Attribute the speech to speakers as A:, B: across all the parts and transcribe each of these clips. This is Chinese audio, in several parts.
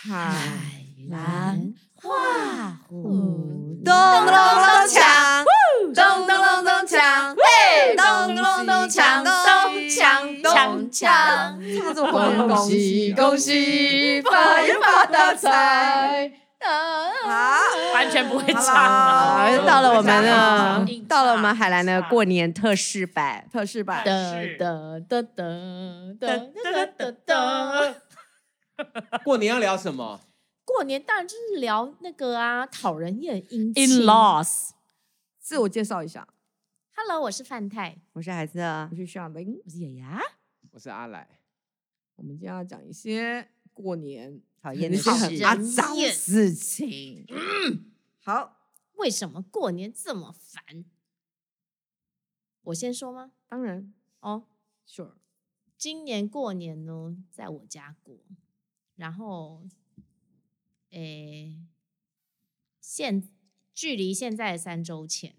A: 海
B: 南
A: 画
B: 虎
A: 咚咚咚锵，咚咚咚咚锵，嘿，咚咚咚锵，咚锵咚锵，
B: 他做
A: 恭喜恭喜，发呀发大财！啊，
C: 完全不会唱
A: 好
C: 了
A: 了，到了我们的
C: 硬，唱
A: 到了我们海南的过年特试版，
B: 特试版，
C: 是
D: 哒哒哒
C: 哒哒哒哒。
E: 过年要聊什么？
D: 过年当然就是聊那个啊，讨人厌姻
C: In laws，
B: 自我介绍一下，
D: Hello，我是范太，
A: 我是孩子啊
B: 我，是夏琳。
D: 我是雅雅。
E: 我是阿来，
B: 我们今天要讲一些过年
A: 讨厌的
B: 很
A: 事，
D: 人
A: 阿脏
D: 厌
A: 事情，
B: 好，
D: 为什么过年这么烦？我先说吗？
B: 当然
D: 哦，
B: sure，
D: 今年过年呢，在我家过，然后，诶，现距离现在三周前，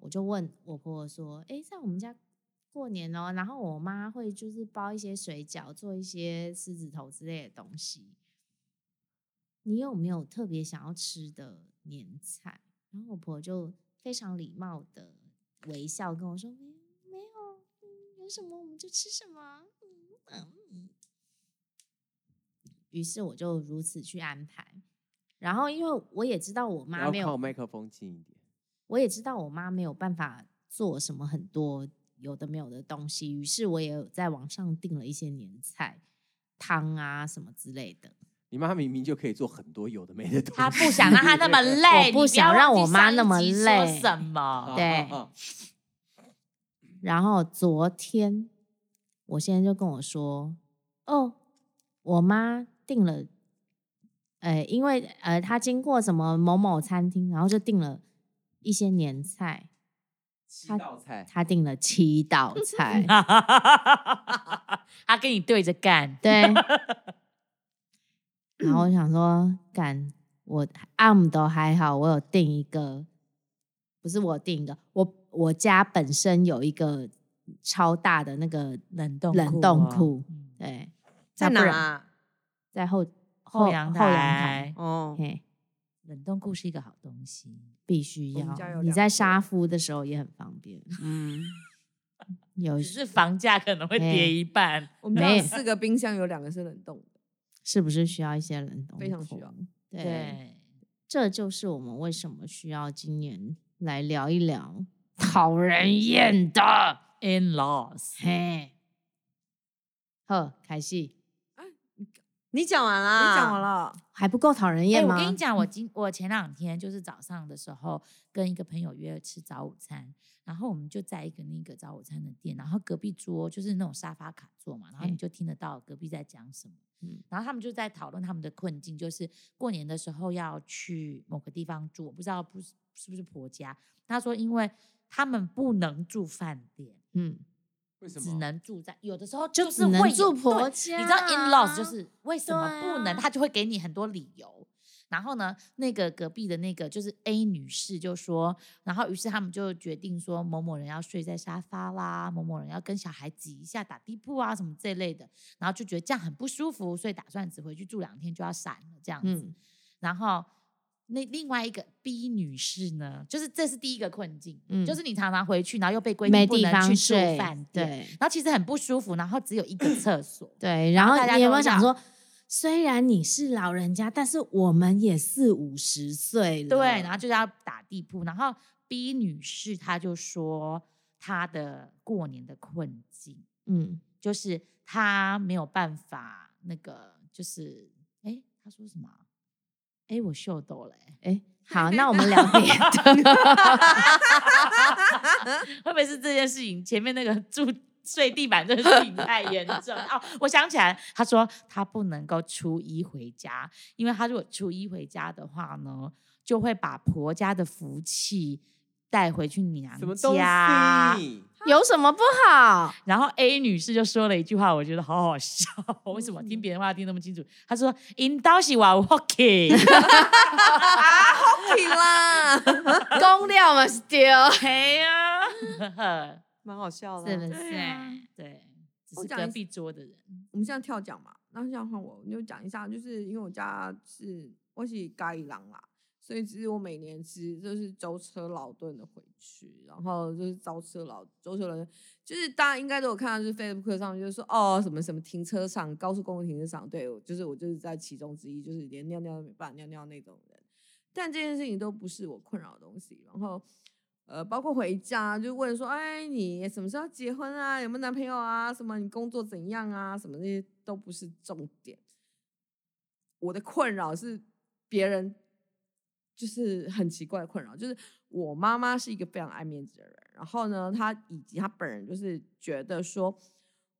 D: 我就问我婆婆说：“诶，在我们家过年哦，然后我妈会就是包一些水饺，做一些狮子头之类的东西，你有没有特别想要吃的年菜？”然后我婆婆就非常礼貌的微笑跟我说：“没没有，嗯有什么我们就吃什么。”嗯嗯。于是我就如此去安排。然后，因为我也知道我妈
E: 然
D: 没
E: 后
D: 有
E: 靠麦克风近一点。
D: 我也知道我妈没有办法做什么很多有的没有的东西，于是我也有在网上订了一些年菜、汤啊什么之类的。
E: 你妈明明就可以做很多有的没的东西，
C: 她不想让她那 么累，
D: 我不想让我妈那么
C: 你不要忘记上一
D: 累
C: 集说什么？
D: 对
E: 啊
D: 然后昨天我先生就跟我说：“哦，我妈订了，呃，因为呃，她经过什么某某餐厅，然后就订了一些年菜，
E: 七
D: 她
E: 道菜，
D: 她订了七道菜。”
C: 她跟你对着干，
D: 对。然后我想说，干，我 arm 都还好，我有订一个，不是我订一个，我我家本身有一个超大的那个
C: 冷冻
D: 冷冻库，对，
A: 在
D: 那
A: 哪
D: 不然
A: 啊？
D: 在后
C: 后阳
D: 后阳台
C: 台，
A: 哦，
D: 嘿，
C: 冷冻库是一个好东西。
D: 必须
B: 我们家有
D: 要。你
B: 两
D: 在
B: 个
D: 杀夫的时候也很方便，
A: 嗯，
D: 有
C: 只是房价可能会
D: 哎
C: 跌一半，
B: 我们家
D: 没
B: 有四个冰箱，有两个是冷冻的，
D: 是不是需要一些冷冻？
B: 非常需要。
D: 对。这就是我们为什么需要今年来聊一聊讨人厌的。
C: ，in laws，
D: 嘿，呵，凯西
A: 你讲完啦，
B: 你 讲完，
A: 啊
B: 了，
D: 还不够讨人
C: 哎、
D: 厌吗？嗯
C: 我跟你讲，我今我前两天就是早上的时候跟一个朋友约吃早午餐，然后我们就在一个那个早午餐的店，然后隔壁桌就是那种沙发卡座嘛，然后你
D: 嘿
C: 就听得到隔壁在讲什么。
D: 嗯
C: 然后他们就在讨论他们的困境，就是过年的时候要去某个地方住，我不知道不是是不是婆家。他说，因为他们不能住饭店，
D: 嗯，
E: 为什
C: 只
E: 么？
C: 能住在有的时候
D: 就
C: 就是
D: 只能
C: 会有
D: 住婆
C: 对
D: 家
C: 你知道 in laws 就
D: 啊
C: 是为什么
D: 对
C: 不能，
D: 啊
C: 他就会给你很多理由。然后呢，那个隔壁的那个就是 A 女士就说，然后于是他们就决定说某某人要睡在沙发啦，某某人要跟小孩挤一下打地铺啊什么这类的，然后就觉得这样很不舒服，所以打算只回去住两天就要闪了这样子。
D: 嗯
C: 然后那另外一个 B 女士呢，就是这是第一个困境，
D: 嗯
C: 就是你常常回去，然后又被规
D: 没
C: 定不
D: 地
C: 能去
D: 方
C: 住
D: 睡
C: 饭，店，
D: 对
C: 然后其实很不舒服，然后只有一 个厕所。
D: 对。然后
C: 大家
D: 你有
C: 都
D: 没有
C: 一
D: 想
C: 样
D: 说，虽然你是老人家，但是我们也四五十岁了，
E: 嗯
C: 对，然后就是要打地铺。然后 B 女士她就说她的过年的困境，
D: 嗯，
C: 就是她没有办法那个，就是哎，诶她说什么啊？哎，我秀逗了、欸，
D: 哎，好，那我们聊别的。
C: 会不会是这件事情前面那个住睡地板这个事情太严重了哦？我想起来，他说他不能够初一回家，因为他如果初一回家的话呢，就会把婆家的福气带回去娘
E: 什么东
C: 家。
E: 西？
D: 有什么不好？
C: 然后 A 女士就说了一句话，我觉得好好笑， 为什么听别人话听那么清楚？她说：“In 刀西瓦 walking。”
A: 好听啦，
D: 公料嘛是丢，
C: 嘿呀，呵呵
A: 蛮好笑
D: 是不
A: 的。
D: 是？
C: 啊对，只啊
B: 我
C: 是
B: 讲
C: 隔
B: 一
C: 壁桌的人。
B: 我们现在跳讲嘛，那像换我，我就讲一下，就是因为我家是我是咖喱郎啦，所以其实我每年其实就是舟车劳顿的回去，然后就是舟车劳舟车劳顿，就是大家应该都有看到，就是 Facebook 上就是说哦什么什么停车场、高速公路停车场，对，我就是我就是在其中之一，就是连尿尿都没办法尿尿那种人。但这件事情都不是我困扰的东西，然后。呃，包括回家就问说，哎，你什么时候结婚啊？有没有男朋友啊？什么你工作怎样啊？什么那些都不是重点。我的困扰是别人，就是很奇怪的困扰，就是我妈妈是一个非常爱面子的人，然后呢，她以及她本人就是觉得说，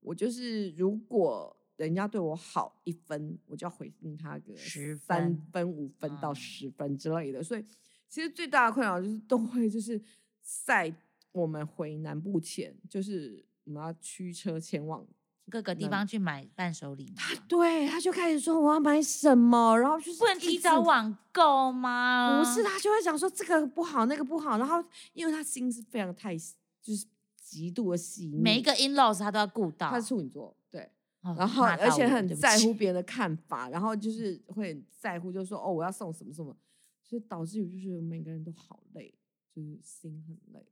B: 我就是如果人家对我好一分，我就要回应他个
C: 十
B: 三
C: 分
B: 分、五分到
C: 嗯
B: 十分之类的，所以其实最大的困扰就是都会就是在我们回南部前，就是我们要驱车前往
C: 各个地
B: 那
C: 方去买伴手礼吗，
B: 对，他就开始说我要买什么，然后就是
C: 不能
B: 一
C: 提
B: 直
C: 早啊网购吗？
B: 不是，他就会想说这个不好，那个不好，然后因为他心是非常太细就是极度的细腻，
C: 每一个 in laws 他都要顾到，
B: 他是处女座，对，
C: 哦
B: 然后
C: 骂
B: 而
C: 到
B: 且
C: 我
B: 很
C: 对不
B: 在
C: 起
B: 乎别人的看法，然后就是会很在乎，就是说哦我要送什么什么，所以导致于就是每个人都好累，就是心很累，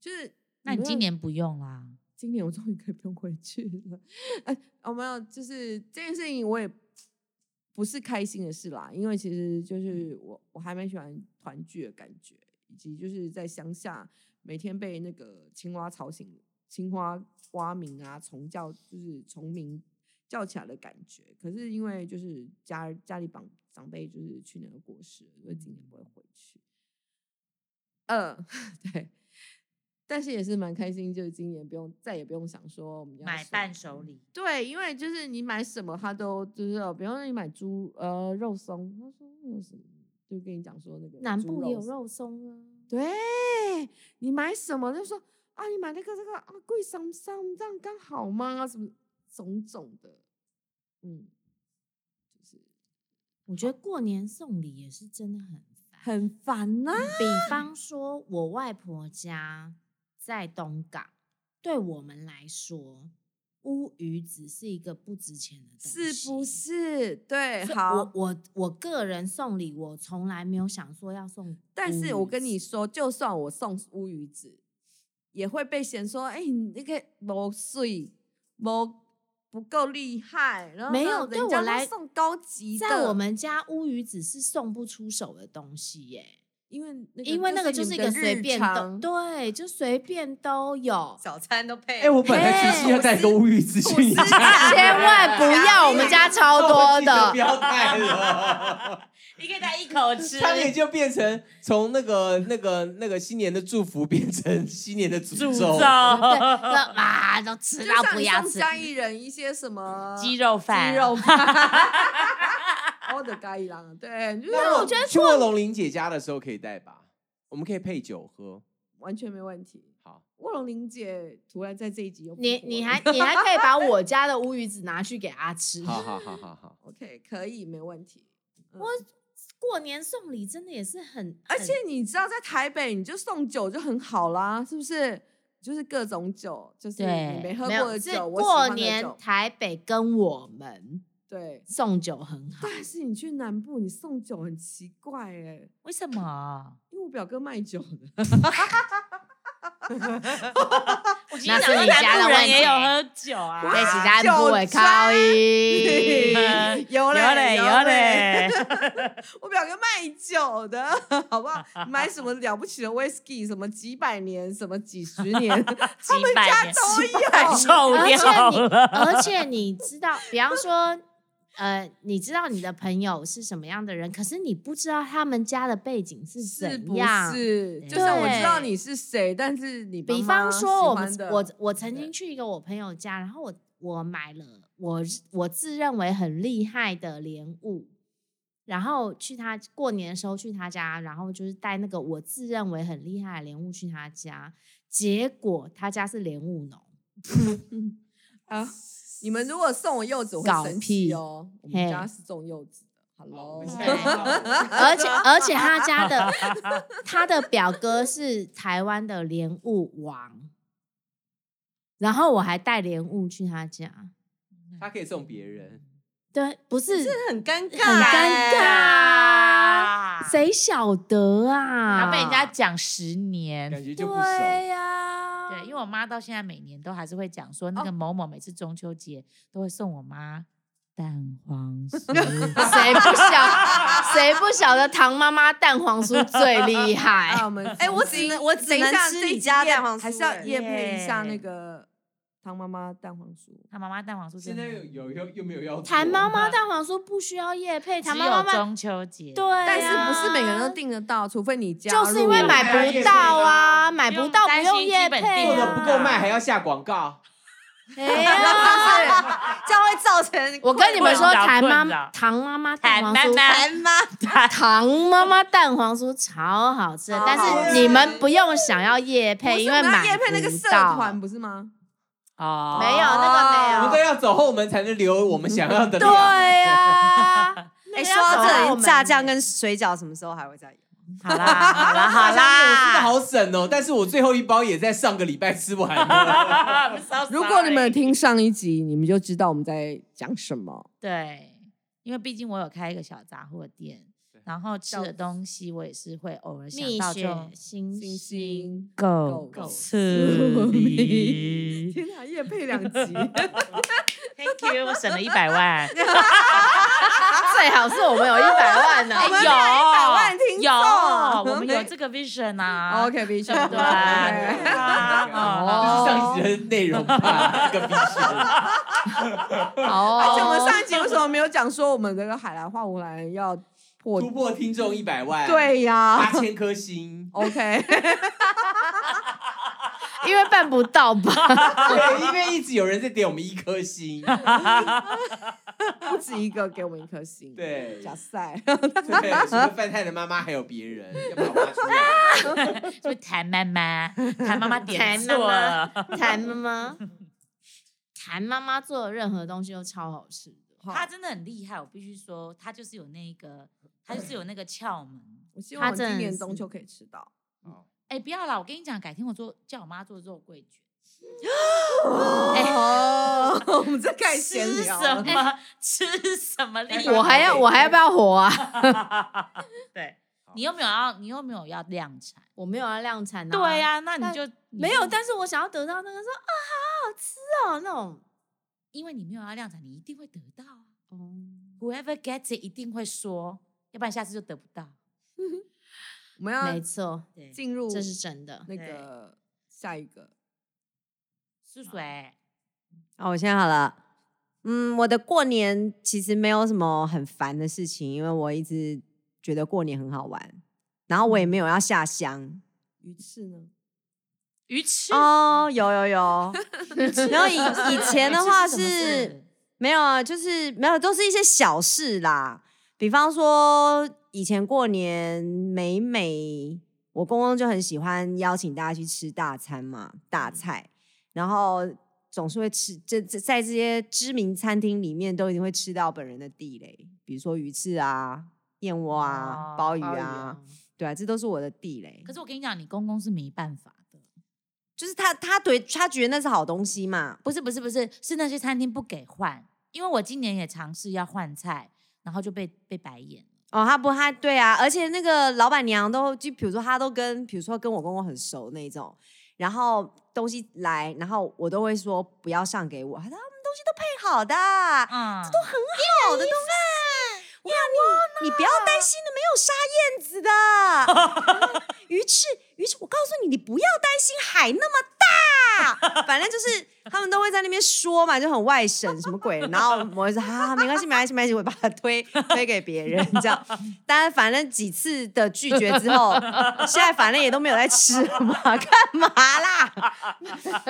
B: 就是
C: 那你
B: 没有
C: 今年不用啊啦，
B: 今年我终于可以不用回去了。哎，我没有，就是这件事情我也不是开心的事啦，因为其实
C: 嗯
B: 就是我我还蛮喜欢团聚的感觉，以及就是在乡下每天被那个青蛙吵醒、青蛙蛙鸣啊、虫叫，就是虫鸣叫起来的感觉。可是因为就是家家里长长辈就是去年的过世了，所以今年不会回去。嗯、 对。但是也是蛮开心，就是今年不用再也不用想说我们要
C: 买
B: 送
C: 伴手礼。
B: 对，因为就是你买什么，他都就是，哦比方说你买猪呃肉松，他说那有什么，就跟你讲说那个
D: 南
B: 猪
D: 部也有
B: 松，
D: 肉松啊，
B: 对你买什么就说啊，你买那个这个啊贵上上这样刚好吗？什么种种的，嗯，就是
D: 我觉得过年送礼也是真的很烦。
B: 很烦呐、
D: 比方说，我外婆家在东港，对我们来说，乌鱼子是一个不值钱的东西，
B: 是不？是？对，
D: 所以
B: 好
D: 我，我我个人送礼，我从来没有想说要送，
B: 但是
D: 嗯
B: 我跟你，说，就算我送乌鱼子，也会被嫌说，哎、你那个没水，没不够厉害。然后
D: 没
B: 呢
D: 有
B: 人
D: 对我
B: 家都
D: 来
B: 送高级的，
D: 在我们家乌鱼子是送不出手的东西耶、
B: 因为那个
D: 因为那个
B: 就
D: 就是是一
B: 你们
D: 个
B: 的
D: 随
B: 日
D: 便
B: 常
D: 都对，就随便都有，
A: 早餐都配。
E: 哎，我本来其实要带个乌鱼子去你
A: 吐司
E: 家，
B: 啊
D: 千万不要，我们家超多
E: 那我记得
D: 的
E: 不。要带了。
C: 你可以带一口吃
E: 他们也就变成从那个、那个、那个新年的祝福变成新年的诅 咒。
D: 对，那啊，都吃
B: 就
D: 到
B: 像
D: 不
B: 你
D: 要
B: 送
D: 吃。
B: 嘉义人一些 什么
C: 鸡肉饭，
B: 鸡肉饭， 我的咖喱郎，对，就是
E: 那我觉得去卧龙玲姐家的时候可以带吧，我们可以配酒喝。
B: 完全没问题。
E: 好，
B: 卧龙玲姐突然在这一集又复
D: 你
B: 活
D: 你
B: 了
D: 还 你还可以把我家的乌鱼子拿去给他吃。
E: 好好好好好。
B: OK 可以没问题。
D: 我过年送礼真的也是很，
B: 而且你知道，在台北你就送酒就很好啦，是不是？就是各种酒，就是你
C: 对
B: 没喝
D: 很没有
B: 过的
D: 是
B: 酒，我喜
D: 过
B: 欢的
D: 年
B: 酒
D: 台北跟我们
B: 对。
D: 送酒很好，
B: 但是你去南部，你送酒很奇怪哎、
C: 为什么？
B: 因为我表哥卖酒的，
D: 那是你家的问题。
C: 酒啊
D: 被其他部位靠 一，
B: 有嘞嘞嘞，
C: 嘞，
B: 我表哥卖酒的， 好不好？买什么了不起的 whisky，什么几百年， 什么几十年，
C: 几百年
B: 都有。
C: 臭
D: 而且你
C: 了。
D: 而且你知道，比方说，呃，你知道你的朋友是什么样的人，可是你不知道他们家的背景是
B: 是
D: 怎
B: 不
D: 样。
B: 是？就算我知道
D: 对
B: 你是谁，但是你
D: 比
B: 妈妈
D: 方说，我
B: 喜欢
D: 们
B: 的
D: 我我曾
B: 对
D: 经去一个我朋友家，然后我我买了我我自认为很厉害的莲雾，然后去他过年的时候去他家，然后就是带那个我自认为很厉害的莲雾去他家，结果他家是莲雾 农，
B: 啊，你们如果送我柚子，我会
D: 搞
B: 生
D: 屁
B: 气哦。我们
D: 嘿
B: 家是种柚子的，Hello，
E: 哦
D: 而且而且他家的他的表哥是台湾的莲雾王，然后我还带莲雾去他家。
E: 他可以送别人，
D: 对，不是
B: 很尴尬，
D: 很尴尬啊，
C: 啊
D: 谁晓得啊？
C: 然后被人家讲十年
E: 感。觉就不熟。
D: 对呀、。
C: 对，因为我妈到现在每年都还是会讲说，那个某某每次中秋节都会送我妈蛋黄酥
D: 谁不晓谁不晓得唐妈妈蛋黄酥最厉
B: 啊，
D: 害？
B: 我们
A: 哎，我只能我只
B: 等一
A: 能
B: 下
A: 吃
B: 这一
A: 你
B: 集
A: 家
B: 夜
A: 蛋黄酥，
B: 还是要
A: 哎
B: 夜配一下
C: 耶
B: 那个唐妈妈蛋黄酥。
C: 她妈妈蛋黄酥
E: 现
C: 真
E: 在
C: 的
E: 有有又又没有要做
D: 谭妈妈蛋黄酥不需要叶配，
C: 只
D: 谭妈
C: 有
D: 妈
C: 中秋节，
D: 对、啊，
B: 但是不是每个人都订得到，除非你加入。
D: 就是因为买不到啊，买不到不用叶配、
E: 做
D: 啊，
E: 的不够卖，还要下广告，
D: 哎 呀，
A: 这样会造成
D: 我跟你们说，
C: 困扰
D: 谭
C: 困扰
D: 妈唐妈妈蛋 黄
C: 谭妈
D: 酥，
A: 烦吗？
D: 唐妈妈蛋黄酥超好吃的，
A: 超好
D: 但
A: 吃
D: 是你们不用想要叶
B: 不
D: 配，
B: 是
D: 因
B: 我
D: 为
B: 们要
D: 买
B: 业配那个
D: 不
B: 社
D: 到
B: 团不是吗？
C: 哦，
D: 没有那个
E: 我们
D: 没
E: 都
D: 有，
E: 要走后门才能留我们想要 的料。
D: 对啊呀。
A: 哎，
D: 那个
A: 说
D: 要
A: 到
D: 走
A: 这
D: 后
A: 里，
D: 门
A: 炸
D: 呢
A: 酱跟水饺什么时候还会再有？
C: 好啦，好啦，
E: 我
C: 好
E: 想我真的
C: 啦，
E: 好省哦，但是我最后一包也在上个礼拜吃完了。
C: I'm so sorry
B: 如果你们有听上一集，你们就知道我们在讲什么。
C: 对，因为毕竟我有开一个小杂货店，然后吃的东西我也是会偶尔想
D: 蜜
C: 到
D: 雪
C: 就
D: 星
B: 星
D: 星，
B: 星，
C: 狗
B: 狗
C: 吃
B: 力 天哪，夜配两 集，
C: ，Thank you，我省了一百万，
D: 啊最好是我们有一百万啊呢、
C: 哎有
B: 们还有100万听众啊
C: 有，我们有这个 vision 啊
B: OK，必须
C: 对不对？
E: 这
C: 啊 哦
E: 啊是上一集的内容吧？这个必须。
B: 而且我们
D: 哦，
B: 上一集为什么没有讲说我们这个海蓝花湖兰要破？
E: 突破听众一百万，，
B: 对
E: 八
B: 呀，
E: 千颗星
B: ，OK，
D: 因为办不到吧？
E: 对，因为一直有人在点我们一颗星，
B: 不止一个，给我们一颗星。，
E: 对，
B: 假赛，
E: 对，除了范太的妈妈，还有别人，要把我挖出来。
C: 是不是谭妈妈？谭妈妈点
D: 谭妈
C: 错
D: 妈
C: 了，
D: 谭妈妈，谭妈妈做的任何东西都超好吃的。
C: 她真的很厉害，我必须说，她就是有那一个，她就是有那个窍门。
B: 我希望我
D: 他真
B: 今
D: 的
B: 年
D: 是
B: 中秋可以吃到。
E: 哦
C: 哎、不要啦！我跟你讲，改天我做叫我妈做肉桂卷，
B: 哎哦，我们在盖闲
C: 吃
B: 聊
C: 什
B: 了。
C: 么 吃什么厉害？
D: 我还要我还要不要活啊？
C: 对，你又没有要，你又没有要量产。
D: 我没有要量产啊。
C: 对、呀、那
D: 但
C: 你就你
D: 没有，
C: 就
D: 但是我想要得到那个说啊，好好吃哦那种。
C: 因为你没有要量产，你一定会得到啊。
D: 哦，
C: Whoever gets it 一定会说，要不然下次就得不到。
B: 我们要
D: 没错，
A: 嗯
C: 对，
B: 进入
D: 这是真的。
B: 那个下一个。
C: 是谁？
A: 啊，我现在好了。嗯，我的过年其实没有什么很烦的事情，因为我一直觉得过年很好玩，然后我
C: 嗯
A: 也没有要下乡。
B: 鱼翅呢？
C: 鱼 翅
A: 哦，有有 有，然后以以前的话
C: 鱼翅
A: 是
C: 是什么事
A: 没有啊，就是没有，都是一些小事啦。比方说，以前过年每每我公公就很喜欢邀请大家去吃大餐嘛，大菜，然后总是会吃这这在这些知名餐厅里面都一定会吃到本人的地雷，比如说鱼翅啊、燕窝啊、
C: 哦
A: 鲍鱼
D: 鲍鱼
A: 啊，对啊，这都是我的地雷。
C: 可是我跟你讲，你公公是没办法的。
A: 就是他他对他觉得那是好东西嘛，
C: 不是不是不是，是那些餐厅不给换，因为我今年也尝试要换菜，然后就被被白眼。
A: 哦，他不，他对啊，而且那个老板娘都就比如说，她都跟比如说跟我公公很熟那一种，然后东西来，然后我都会说不要上给我，她说啊我们东西都配好的啊，
C: 啊、这都很
A: 好的东
D: 哎
A: 西。哇，你你不要担心的，没有杀燕子的。 鱼翅，鱼翅，我告诉你，你不要担心海那么大。反正就是他们都会在那边说嘛，就很外省什么鬼的。然后我就说啊，没关系，没关系，没关系，我把它推推给别人这样。但反正几次的拒绝之后，现在反正也都没有在吃了嘛，干嘛啦？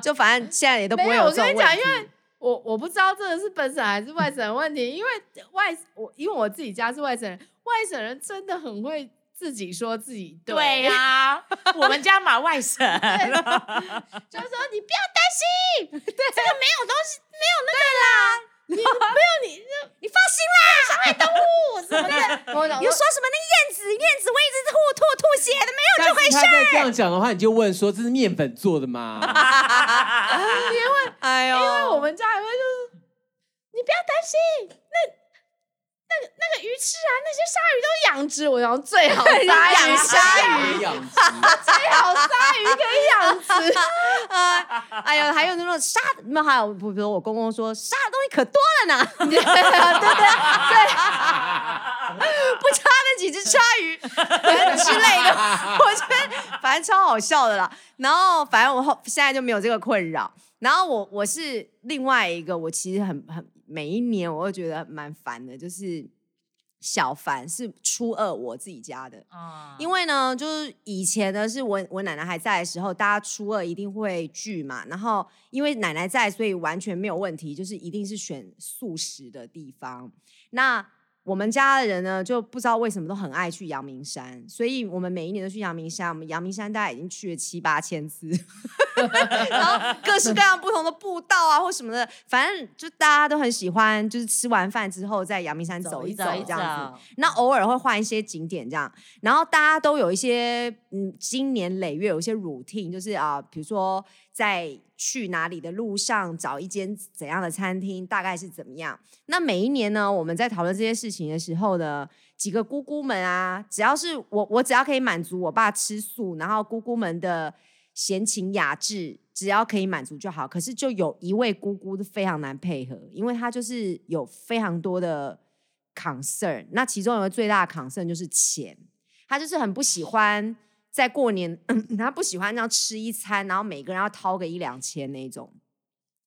A: 就反正现在也都不
D: 没
A: 会
D: 有，我
A: 这种
D: 跟
A: 问
D: 你
A: 题。
D: 讲，因为我我不知道这个是本省还是外省的问题，因为外我因为我自己家是外省人，外省人真的很会自己说自己对，
C: 对 呀、我们家马外 省，嗯
D: 就是说你不 要担心，对，这个没有东西，没有那个啦，你没有你
A: 你放心啦。
D: 我什么的，我老
A: 你就说什么那个燕子，燕子我一直吐吐吐血的，没
E: 下次他再这样讲的话，你就问说这是面 粉做的吗？
A: 有。哎呦，因
D: 因为我们家还会就是。你你不要担心，那那个那个鱼翅啊，那些鲨鱼都养殖，我然后最好鲨鱼，
A: 养鲨
D: 鱼，
E: 鱼 养殖，
D: 最好鲨鱼可以养殖。
A: 哎呦，还有那种杀，那还有，比如我公公说杀的东西可多了呢，对对对，不差那几只鲨鱼之类的，我觉得反正超好笑的啦。然后反正我后现在就没有这个困扰。然后我我是另外一个，我其实很很每一年我都觉得蛮烦的，就是小凡是初二我自己家的，
C: 啊
A: 因为呢，就是以前呢，是我我奶奶还在的时候，大家初二一定会聚嘛。然后因为奶奶在，所以完全没有问题，就是一定是选素食的地方。那我们家的人呢，就不知道为什么都很爱去阳明山，所以我们每一年都去阳明山。我们阳明山大概已经去了七八千 次，然后各式各样不同的步道啊，或什么的，反正就大家都很喜欢，就是吃完饭之后在阳明山走一走这样子。
C: 子，
A: 那偶尔会换一些景点这样，然后大家都有一些嗯，经年累月有一些 routine，就是啊、比如说在去哪里的路上找一间怎样的餐厅，大概是怎么样。那每一年呢，我们在讨论这些事情的时候呢，几个姑姑们啊，只要是我，我只要可以满足我爸吃素，然后姑姑们的闲情雅致，只要可以满足就好。可是就有一位姑姑非常难配合，因为她就是有非常多的 concern。那其中有个最大的 concern 就是钱，她就是很不喜欢在过年，嗯她不喜欢这样吃一餐，然后每个人要掏个一两千那种。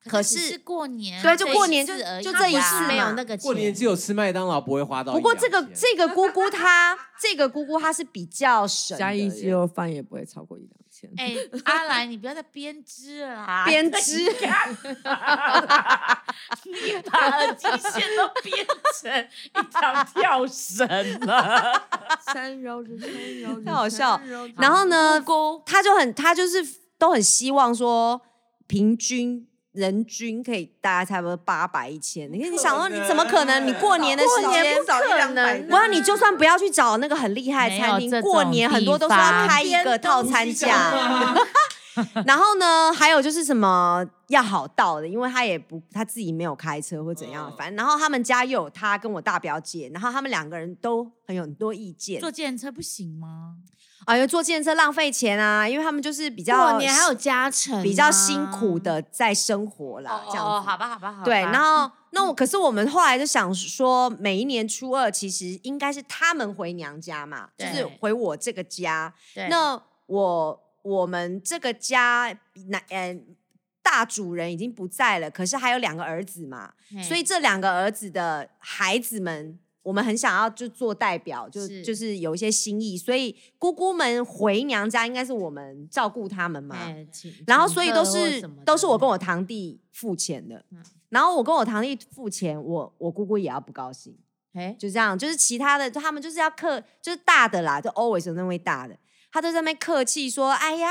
A: 可
C: 是只
A: 是
C: 是过年
A: 对就
C: 这一
A: 过年就
C: 次而已啊
A: 就
C: 吧
A: 这一
D: 是
A: 次
D: 没有
A: 嘛
D: 那个钱
E: 过年只有吃麦当劳不会花到一两千。
A: 不过这个这个姑姑她这个姑姑她是比较省
B: 嘉
A: 的
B: 义
A: 人
B: 鸡肉饭也不会超过一两千。
C: 哎、阿兰，你不要再编织了啊！
A: 编织，
C: 把耳机线 都编成一条跳绳了。
B: 三饶人， 三饶人，
A: 太好笑
B: 三饶人。
A: 然后呢，她就很她就是都很希望说平均。人均可以大概差不多八百一千，你看你想说你怎么可能？你过年的时
B: 过
A: 间
B: 年不，少啊一两百
A: 不然你就算不要去找那个很厉害的餐
C: 没有
A: 厅，
C: 这种
A: 过年很多都说要开一个套餐价。
E: 啊
A: 然后呢，还有就是什么要好到的，因为他也不他自己没有开车或怎样，
E: 嗯
A: 反正然后他们家又有他跟我大表姐，然后他们两个人都很有很多意见
C: 坐，电车不行吗？
A: 哎呦，坐建车浪费钱啊，因为他们就是比较
D: 过年还有加成、啊
A: 比较辛苦。的在生活啦，这样子。
C: 哦好吧，好吧，好吧。嗯
A: 对，然后那我可是我们后来就想说，每一年初二其实应该是他们回娘家嘛，就是
C: 对
A: 回我这个家。
C: 对
A: 那我我们这个家那呃大主人已经不在了，可是还有两个儿子嘛，
C: 嘿
A: 所以这两个儿子的孩子们，我们很想要就做代表，就是就是有一些心意，所以姑姑们回娘家应该是我们照顾他们嘛。
D: 哎，请
A: 然后
D: 请
A: 所以
D: 客
A: 都
D: 或
A: 是
D: 什么
A: 都
D: 的
A: 是我跟我堂弟付钱的，
D: 嗯
A: 然后我跟我堂弟付钱，我我姑姑也要不高兴，
D: 哎，
A: 就这样，就是其他的就他们就是要客，就是大的啦，就 always 有那位大的，他都在那边客气说，哎呀，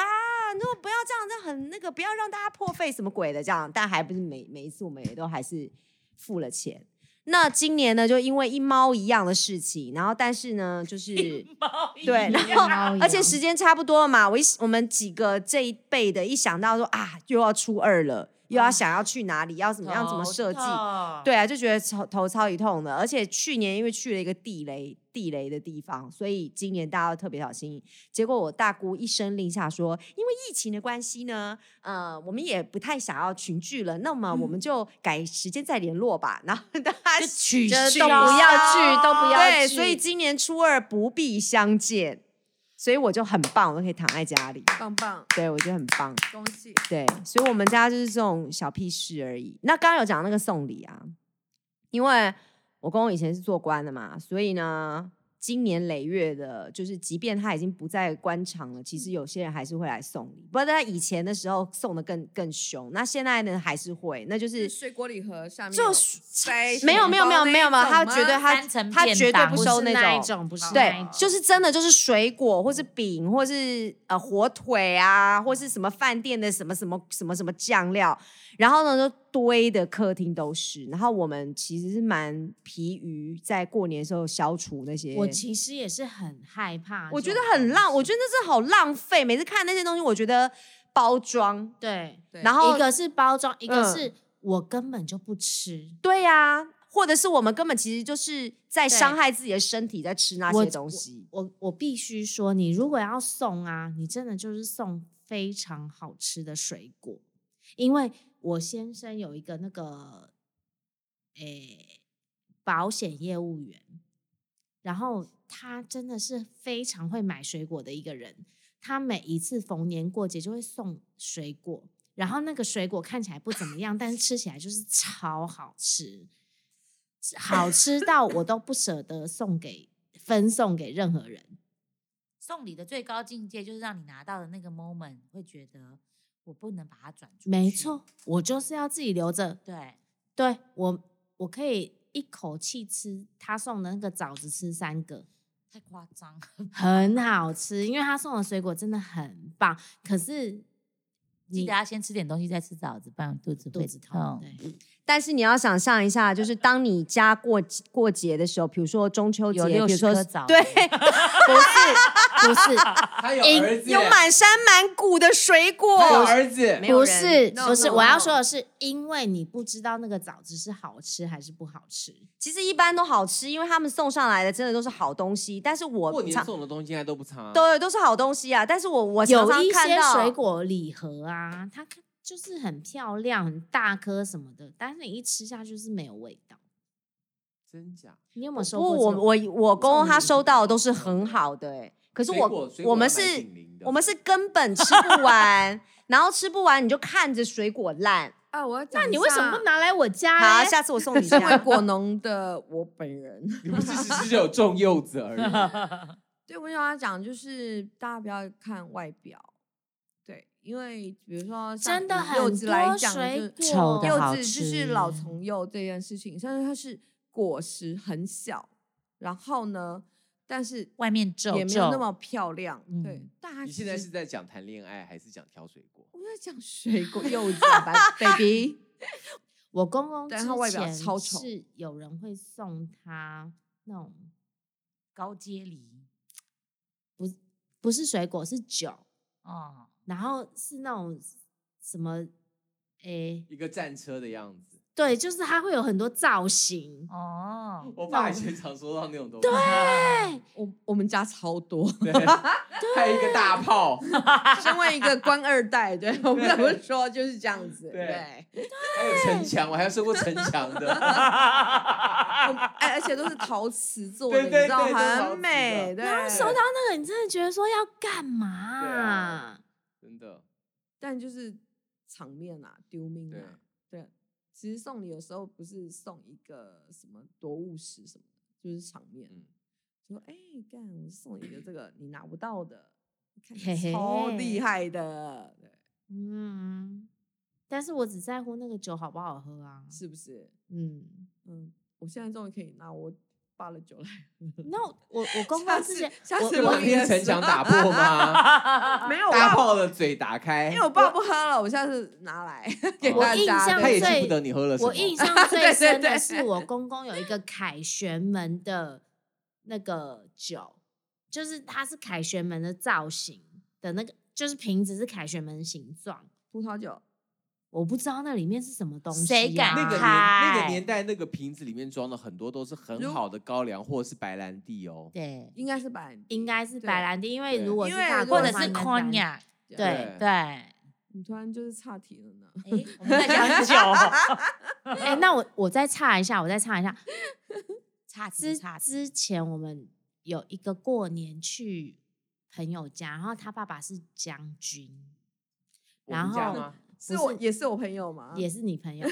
A: 你如果不要这样，这很那个，不要让大家破费什么鬼的这样，但还不是每每一次我们也都还是付了钱。那今年呢，就因为一猫一样的事情，然后但是呢， 就是。
C: 哦
A: 对，然后
D: 猫一
A: 而且
D: 样
A: 时间差不多了嘛，我一我们几个这一辈的，一想到说啊，又要初二了，又
D: 啊
A: 要想要去哪里，要怎么样怎么设计，
C: 对，
A: 对啊，就觉得头头超级痛的。而且去年因为去了一个地雷地雷的地方，所以今年大家要特别小心。结果我大姑一声令下说，因为疫情的关系呢，呃，我们也不太想要群聚了，那么我们就改时间再联络吧。然后大家
C: 就取
D: 就
C: 消
D: 都不要去，都不要
A: 对，
D: 去
A: 所以今年初二不必相见，所以我就很棒，我就可以躺在家里。
B: 棒棒，
A: 对，我觉得很棒。
B: 恭喜！
A: 对，所以我们家就是这种小屁事而已。那刚刚有讲那个送礼啊，因为我公公以前是做官的嘛，所以呢，今年累月的，就是即便他已经不在官场了，其实有些人还是会来送礼。不过他以前的时候送的更更凶，那现在呢还是会，那就是
B: 是水果礼盒下面
A: 就
B: 有
A: 是
B: 塞
A: 没有
B: 红
A: 没有没有
B: 包
A: 没有没有，
B: 那一
A: 他
B: 种
A: 绝对
B: 吗
A: 他
C: 三层
A: 他
C: 便
A: 绝对
C: 当
A: 不
C: 不
A: 收
D: 是
A: 那
D: 一种，不是那
A: 对
D: 一，
A: 就
D: 种，
A: 是真的就是水果，或是饼，或是呃火腿啊，或是什么饭店的什么什么什么什么酱料，然后呢就堆的客厅都是。然后我们其实是蛮疲于在过年的时候消除那些。
D: 我其实也是很害怕这种东西，
A: 我觉得很浪，我觉得那是好浪费。每次看那些东西，我觉得包装，
D: 对，
B: 对
A: 然后
D: 一个是包装，一个
A: 嗯
D: 是我根本就不吃。
A: 对呀、或者是我们根本其实就是在
D: 对
A: 伤害自己的身体，在吃那
D: 我
A: 些东西。
D: 我我必须说，你如果要送啊，你真的就是送非常好吃的水果，因为我先生有一个那个，诶、保险业务员，然后他真的是非常会买水果的一个人，他每一次逢年过节就会送水果。然后那个水果看起来不怎么样，但是吃起来就是超好吃，好吃到我都不舍得送给分送给任何人。
C: 送礼的最高境界就是让你拿到的那个 moment 会觉得我不能把它转出去。
D: 没，错，我就是要自己留着。
C: 对，
D: 对我，我可以一口气吃他送的那个枣子，吃三个，
C: 太夸张了。
D: 很好吃，因为他送的水果真的很棒。可是
C: 记
D: 你
C: 得要先吃点东西再吃枣子，不然肚子
D: 肚
C: 会
D: 子痛，对，
A: 但是你要想象一下，就是当你家过过节的时候，比如说中秋节，
C: 有六
A: 比如
C: 十
A: 说
C: 颗枣，
A: 对，
D: 不是不是
E: 他有
D: 因
E: 儿子耶，
A: 有满山满谷的水果，
E: 他有儿 子
A: 没，有
D: 不
A: 人
D: 是
B: no,
D: 不是，
B: no,
D: 我要
B: no
D: 说的是，因为你不知道那个枣子是好吃还是不好吃。
A: 其实一般都好吃，因为他们送上来的真的都是好东西。但是我
E: 过年
A: 常
E: 送的东西应该都不差。
A: 对都是好东西啊，但是我我常
D: 有
A: 常
D: 一
A: 看
D: 些
A: 到
D: 水果礼盒啊，它看就是很漂亮、很大颗什么的，但是你一吃下去就是没有味道。
E: 真假？
D: 你有没有收
A: 不，
D: 过这
A: 我
D: 种？
A: 我我公公他
D: 这种
A: 收到的都是很好的、欸，可是
E: 水果
A: 我
E: 水果
A: 我们
E: 还蛮
A: 是
E: 紧邻的
A: 我们是根本吃不完， 然后吃不完你就看着水果烂。
B: 啊，我要讲
D: 那
B: 一
D: 你为什么
B: 下
D: 不拿来我家
A: 好，
D: 嘞？
A: 下次我送你一
B: 身为
A: 下。
B: 果农的我本人，
E: 你们只是只有种柚 子而已。
B: 对我想要讲就是大家不要看外表，对，因为比如说像
D: 真的
B: 以柚
D: 很
B: 子来
D: 多
B: 讲，
D: 水
B: 就是
C: 丑的好
B: 柚子就是老
C: 吃
B: 虫柚这件事情，但是它是果实很小，然后呢，但是
C: 外面皱
B: 也没有那
C: 皱
B: 么漂亮，对
C: 嗯，
B: 大家
E: 你
B: 其
E: 现在
B: 实
E: 是在讲谈恋爱，还是讲挑水 果？
B: 我在讲水果柚子啊 ，baby，
D: 我公公
B: 但
D: 之
B: 他外表
D: 前
B: 超丑
D: 是有人会送他那种
C: 高阶梨
D: 不是水果是酒，
C: 哦，
D: 然后是那种什么，诶、
E: 一个战车的样子。
D: 对，就是它会有很多造型。
C: 哦，啊
E: 我爸以前常收到那种东西，
D: 对，
B: 我我们家超多，
E: 对，还有一个大炮，
B: 身为一个官二代，对我不得
E: 对
B: 不说就是这样子，
E: 对
B: 对。
E: 还有城墙，我还收过城墙的，
B: 哎，而且都是陶瓷做的，
E: 对
B: 你
E: 对
B: 知道
E: 对都是陶瓷
B: 很美。对，
D: 然后收到那个，你真的觉得说要干嘛啊、
E: 真的。
B: 但就是场面啊，丢命啊，对。其实送礼有时候不是送一个什么夺物石什么的，就是场面。
E: 嗯
B: 说哎，干，我送你一个这个你拿不到的，你看
D: 嘿嘿
B: 超厉害的，对，
D: 嗯，但是我只在乎那个酒好不好喝啊。
B: 是不是？
D: 嗯，
B: 嗯，我现在终于可以拿我爸的酒来 喝了。
D: 那我我我公
B: 下
D: 公之
B: 次
D: 前，
B: 下
D: 我
B: 次
E: 是
B: 我
E: 把那个城墙打破吗？
B: 没有
E: 大
B: 吧？
E: 炮的嘴打
D: 哎
E: 开
B: 因为，我爸不喝了，我下次拿来给
E: 我
B: 大
D: 哦印
B: 家。
D: 象
E: 他也记
D: 最
E: 不得你喝了什么。
D: 我 印象最
B: 对
D: 深的
B: 对
D: 是我公公有一个凯旋门的那个酒，就是它是凯旋门的造型的那个，就是瓶子是凯旋门形状，
B: 葡萄酒，
D: 我不知道那里面是什么东西、啊，
C: 谁敢
E: 那个年那个年代那个瓶子里面装的很多都是很
B: 如
E: 好的高粱或者是白兰地哦。
C: 对，
B: 应该是白，
D: 应该是
B: 对
D: 白兰地，因为
E: 对
D: 如果是
B: 因为
D: 大
B: 如
D: 锅
C: 或
D: 的
C: 者
D: 话
C: 是
D: 应该
C: c
D: 白
C: o
D: 兰
C: n
D: 地
C: a
B: 对
C: 对
E: 对
C: 对，哎，
B: 你突然就是岔题了呢。
C: 我们在 讲酒，
D: 哎、那我我再插一下，我再插一 下，
C: 差之
D: 之
C: 差
D: 之
C: 之，
D: 前我们有一个过年去朋友家，然后他爸爸是将军，
E: 我
D: 然
E: 们家
D: 后
E: 吗？
B: 是我也是我朋友嘛，
D: 也是你朋友。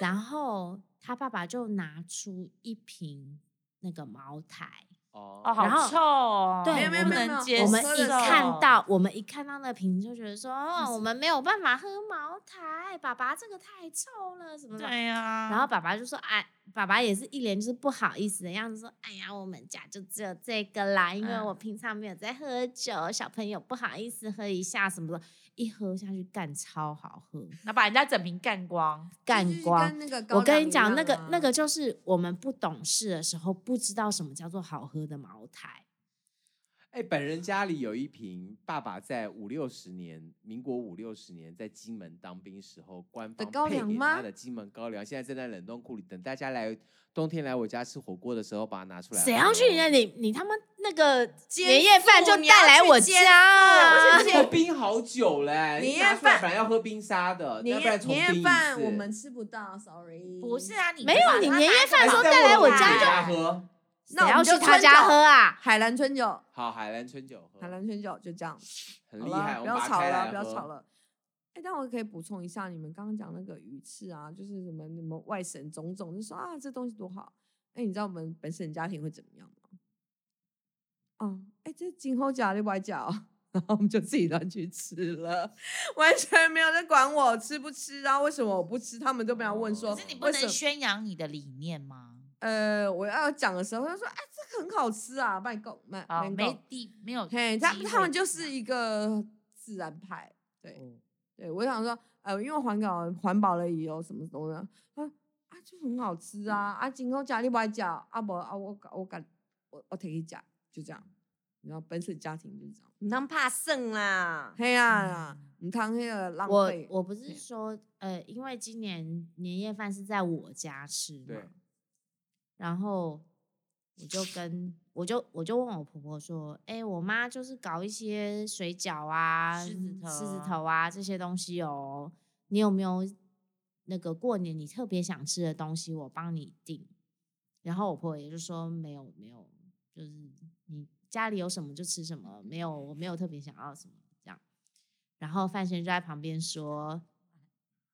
D: 然后他爸爸就拿出一瓶那个茅台，
E: 哦
C: 哦，
D: 然
C: 好
D: 后
C: 臭哦，
D: 对没有
C: 不
D: 没有没
B: 有没
C: 能
B: 有
C: 接
D: 我们
B: 说
D: 一
B: 的
C: 受
D: 看到，我们一看到那瓶就觉得说，
B: 是
D: 哦，我们没有办法喝茅台，爸爸这个太臭了什么的。
C: 对啊呀，
D: 然后爸爸就说，哎，爸爸也是一脸就是不好意思的样子，说，哎呀，我们家就只有这个啦，因为
C: 嗯
D: 我平常没有在喝酒，小朋友不好意思喝一下什么的，一喝下去干超好喝，
C: 那把人家整瓶干光，
B: 就
D: 干
B: 是
D: 光。
B: 跟那个高
D: 我跟
B: 粱
D: 你
B: 一
D: 讲，那
B: 样
D: 个那
B: 啊
D: 个就是我们不懂事的时候，不知道什么叫做好喝的茅台。
E: 哎、哎，本人家里有一瓶爸爸在五六十年，民国五六十年在金门当兵时候官
B: 的
E: 方
B: 高
E: 配
B: 粱
E: 给
B: 吗
E: 他的金门高粱，现在正在冷冻库里，等大家来冬天来我家吃火锅的时候把它拿出来喝哦。
D: 谁要去人家你你他妈那个
A: 肩
D: 年夜饭
A: 负
D: 就
A: 你要
D: 带来
A: 去
D: 我
A: 肩
D: 家啊
E: 而？且冰好久嘞，
B: 年夜
E: 拿出来
B: 饭
E: 本来要喝冰沙的，要
B: 年
E: 不然
B: 夜
E: 重
B: 年
E: 冰
B: 夜
E: 一
B: 饭
E: 次
B: 我们吃不到，sorry。
C: 不是啊，你
D: 没
C: 就
D: 有
C: 把
D: 你
C: 它
D: 年
C: 拿
D: 夜
C: 出
D: 饭
C: 来
E: 还
D: 说
E: 是在
C: 就
D: 带来
E: 我
D: 我
E: 们
D: 家
E: 自己
D: 就
E: 喝。
B: 那
D: 谁
B: 我
D: 要
B: 们就
D: 去他
B: 春
D: 家
B: 酒
D: 喝啊？
B: 海蓝春酒，
E: 好，海蓝春酒喝，
B: 海蓝春酒就这样。
E: 很
B: 好
E: 厉
B: 了
E: 害，
B: 不
E: 我们
B: 要
E: 把它
B: 吵
E: 开
B: 了，
E: 来
B: 不要
E: 喝
B: 吵。了。哎，但我可以补充一下，你们刚刚讲那个鱼翅啊，就是什么你们外省种种，就说啊这东西多好。哎，你知道我们本省家庭会怎么样吗？啊，哎，这今后假就不爱假哦， 然后我们就自己乱去吃了， 完全没有在管我吃不吃啊，为什么我不吃，他们都没有问说
E: 可
C: 可是你不
B: 为什
C: 能
B: 么。
C: 宣扬你的理念吗？
B: 呃，我要讲的时候，他说：“哎，这个很好吃啊，卖够卖
C: 啊，
B: 卖够
C: 没。地没有”
B: 嘿，他
C: 机
B: 他
C: 会
B: 们就
C: 去
B: 是
C: 拿
B: 一个自然派，对。
D: 嗯
C: 哦
B: 对，我想说，呃，因为环保环保了理由什么东西啊啊啊，就很好吃啊啊，今后家你不爱吃，啊不啊我我敢我我提去吃，就这样。然后本省家庭就是这样，
A: 唔通怕剩啦，
B: 嘿啊，唔通那个浪
D: 嗯我
B: 费。
D: 我不是
B: 对
D: 说，呃，因为今年年夜饭是在我家吃
E: 对
D: 嘛，然后我就跟我就我就问我婆婆说，哎、我妈就是搞一些水饺啊、
C: 狮子头
D: 狮子
C: 啊
D: 头啊这些东西哦，你有没有那个过年你特别想吃的东西，我帮你订？然后我婆婆也就说没有没有，就是你家里有什么就吃什么，没有我没有特别想要什么这样。然后范闲就在旁边说：“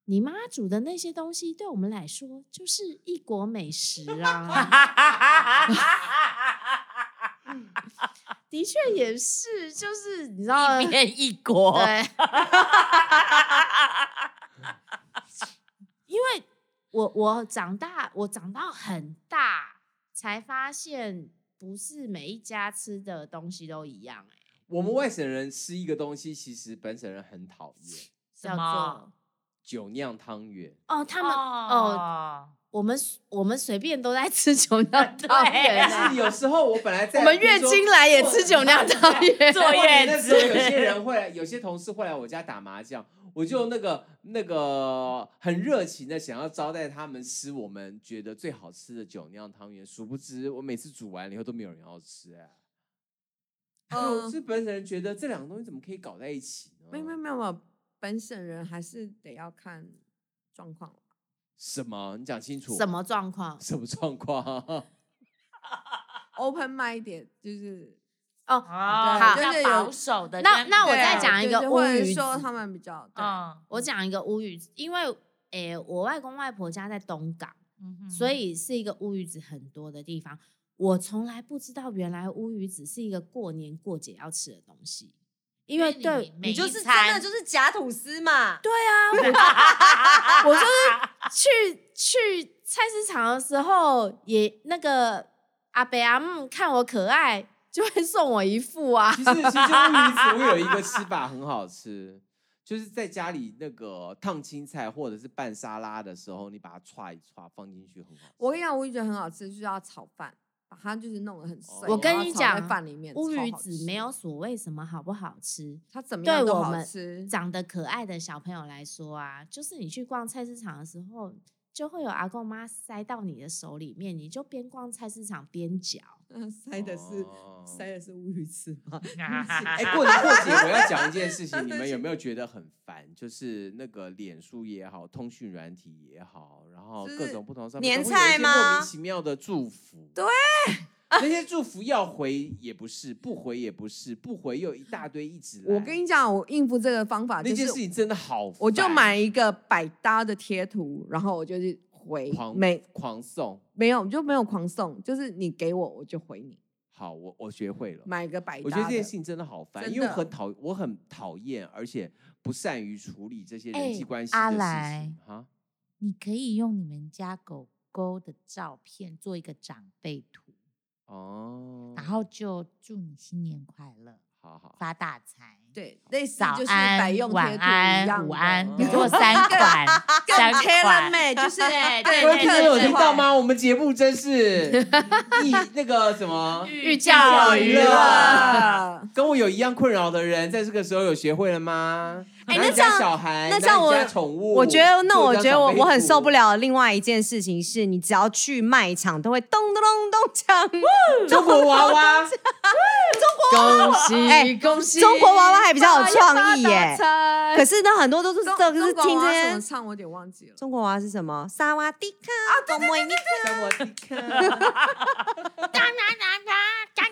D: 你妈煮的那些东西对我们来说就是异国美食 啊。”的确也是，就是你知道，
C: 一边哦一国，
D: 对，因为我我长大，我长到很大才发现，不是每一家吃的东西都一样、欸，
E: 我
B: 嗯
E: 们外省人吃一个东西，其实本省人很讨厌，
C: 什
D: 叫
C: 么
D: 做
E: 酒酿汤圆。
D: 哦，他们哦，
C: 哦，
D: 我们我们随便都在吃 酒酿
C: 对
D: 汤圆啊，
E: 是有时候我本来 在
D: 我们月
E: 比如说
D: 经来也吃酒 酿汤 圆，
C: 做
E: 过年
C: 月
E: 的时候，有些
C: 子，
E: 人会来，有些同事会来我家打麻将，我就那个那个很热情的想要招待他们吃我们觉得最好吃的酒酿汤圆，殊不知我每次煮完了以后都没有人要吃、哎，
B: 嗯
E: 是本省人觉得这两个东西怎么可以搞在一起呢？
B: 没有没有没有没有，本省人还是得要看状况啦。
E: 什么？你讲清 楚
D: 什么状况？
E: 什么状况？
B: open mind 一点，就是
D: 哦，
C: 哦，
B: 对
C: 比
B: 就是
C: 较
B: 有
C: 保守的跟。
D: 那那我
B: 对
D: 再
B: 啊
D: 讲一
B: 就是
D: 个
B: 或
D: 乌
B: 者
D: 鱼
B: 说
D: 子
B: 他们比较对，
C: 嗯，
D: 我讲一个乌鱼子，因为诶、我外公外婆家在东港，
C: 嗯哼
D: 所以是一个乌鱼子很多的地方。我从来不知道，原来乌鱼子是一个过年过节要吃的东西，因为
C: 因为
D: 对
C: 每
D: 你就
C: 一
D: 是
A: 是
D: 真
A: 真的
D: 的就
A: 就是假吐司嘛，
D: 对啊，我 就我就是去去菜市场的时候，也那个阿伯阿姆看我可爱，就会送我一副啊。
E: 其实其实乌鱼子我有一个吃法很好吃，就是在家里那个烫青菜或者是拌沙拉的时候，你把它歘一歘放进去，很好吃。
B: 我跟你讲，我也觉得很好吃，就是要炒饭，把它就是弄得很碎。
E: 我跟
B: 然后
D: 你
B: 炒在
D: 讲
B: 饭里面
D: 乌
B: 超
D: 鱼
B: 好
D: 子
B: 吃
D: 没有所谓什么好不好吃，
B: 它怎么
D: 对
B: 样都
D: 我
B: 好
D: 们
B: 吃。
D: 长得可爱的小朋友来说啊，就是你去逛菜市场的时候，就会有阿公妈塞到你的手里面，你就边逛菜市场边嚼。
B: 嗯 塞的是
E: 哦
B: 塞的是乌鱼子 吗？
E: 哎，过年过节我要讲一件事情，你们有没有觉得很烦？就是那个脸书也好，通讯软体也好，然后
B: 就是
E: 各种不同上
A: 年
E: 面都会有一
A: 菜
E: 些
A: 吗
E: 莫名其妙的祝福，
B: 对，
E: 那些祝福要回也不是，不回也不是，不回又一大堆一直来。
B: 我跟你讲，我应付这个方法
E: 那
B: 就
E: 件
B: 是
E: 事，情真的好烦，
B: 我就买一个百搭的贴图，然后我就是回
E: 狂
B: 没
E: 狂送。
B: 没有就没有狂送，就是你给我我就回你，
E: 好，我我学会了。
B: 买一个百搭的。
E: 我觉得这件事情真的好烦，
B: 真
E: 因为我
B: 的
E: 很讨，我很讨厌，而且不善于处理这些人际
C: 哎
E: 关系
C: 阿
E: 的事
C: 来
E: 情哈。
C: 你可以用你们家狗狗的照片做一个长辈图，
E: 哦，
A: 啊
C: 然后就祝你新年快乐，
E: 好好好
C: 发大财。
B: 对，类似
C: 早
B: 就是百
C: 安
B: 用、贴
C: 晚
B: 图一
C: 安、
B: 样
C: 午
B: 的
C: 安，
E: 哦
C: 你给我 三款，
B: 更
C: 三
B: tailor
C: 款。
B: made，就是
C: 对对
E: 各位
B: 更
E: 听众有
B: 客制
E: 听到
B: 化？
E: 吗？我们节目真是一那个什么，
C: 寓教于乐，
E: 跟我有一样困扰的人，在这个时候有学会了吗？
A: 哎
E: 拿
A: 那
E: 你家
A: 这样
E: 小孩，
A: 那
E: 拿
A: 这样
E: 你家
A: 我
E: 宠物，
A: 我觉得，那
E: 做
A: 我
E: 张
A: 觉得
E: 小
A: 我
E: 飞
A: 我很
E: 图
A: 受不。了。另外一件事情是，你只要去卖场，都会咚咚咚咚 锵。
E: 中国娃 娃，
D: 恭喜、
A: 哎
D: 恭喜！
A: 中国娃娃还比较有创意耶，
D: 可
A: 可是呢，很多都是
B: 中
A: 这个是
B: 中国
A: 听
B: 娃
A: 这
B: 娃怎么
A: 些。
B: 唱我有点忘记了。
A: 中国娃啊娃是什么？萨瓦迪卡啊，对对对
E: 在我的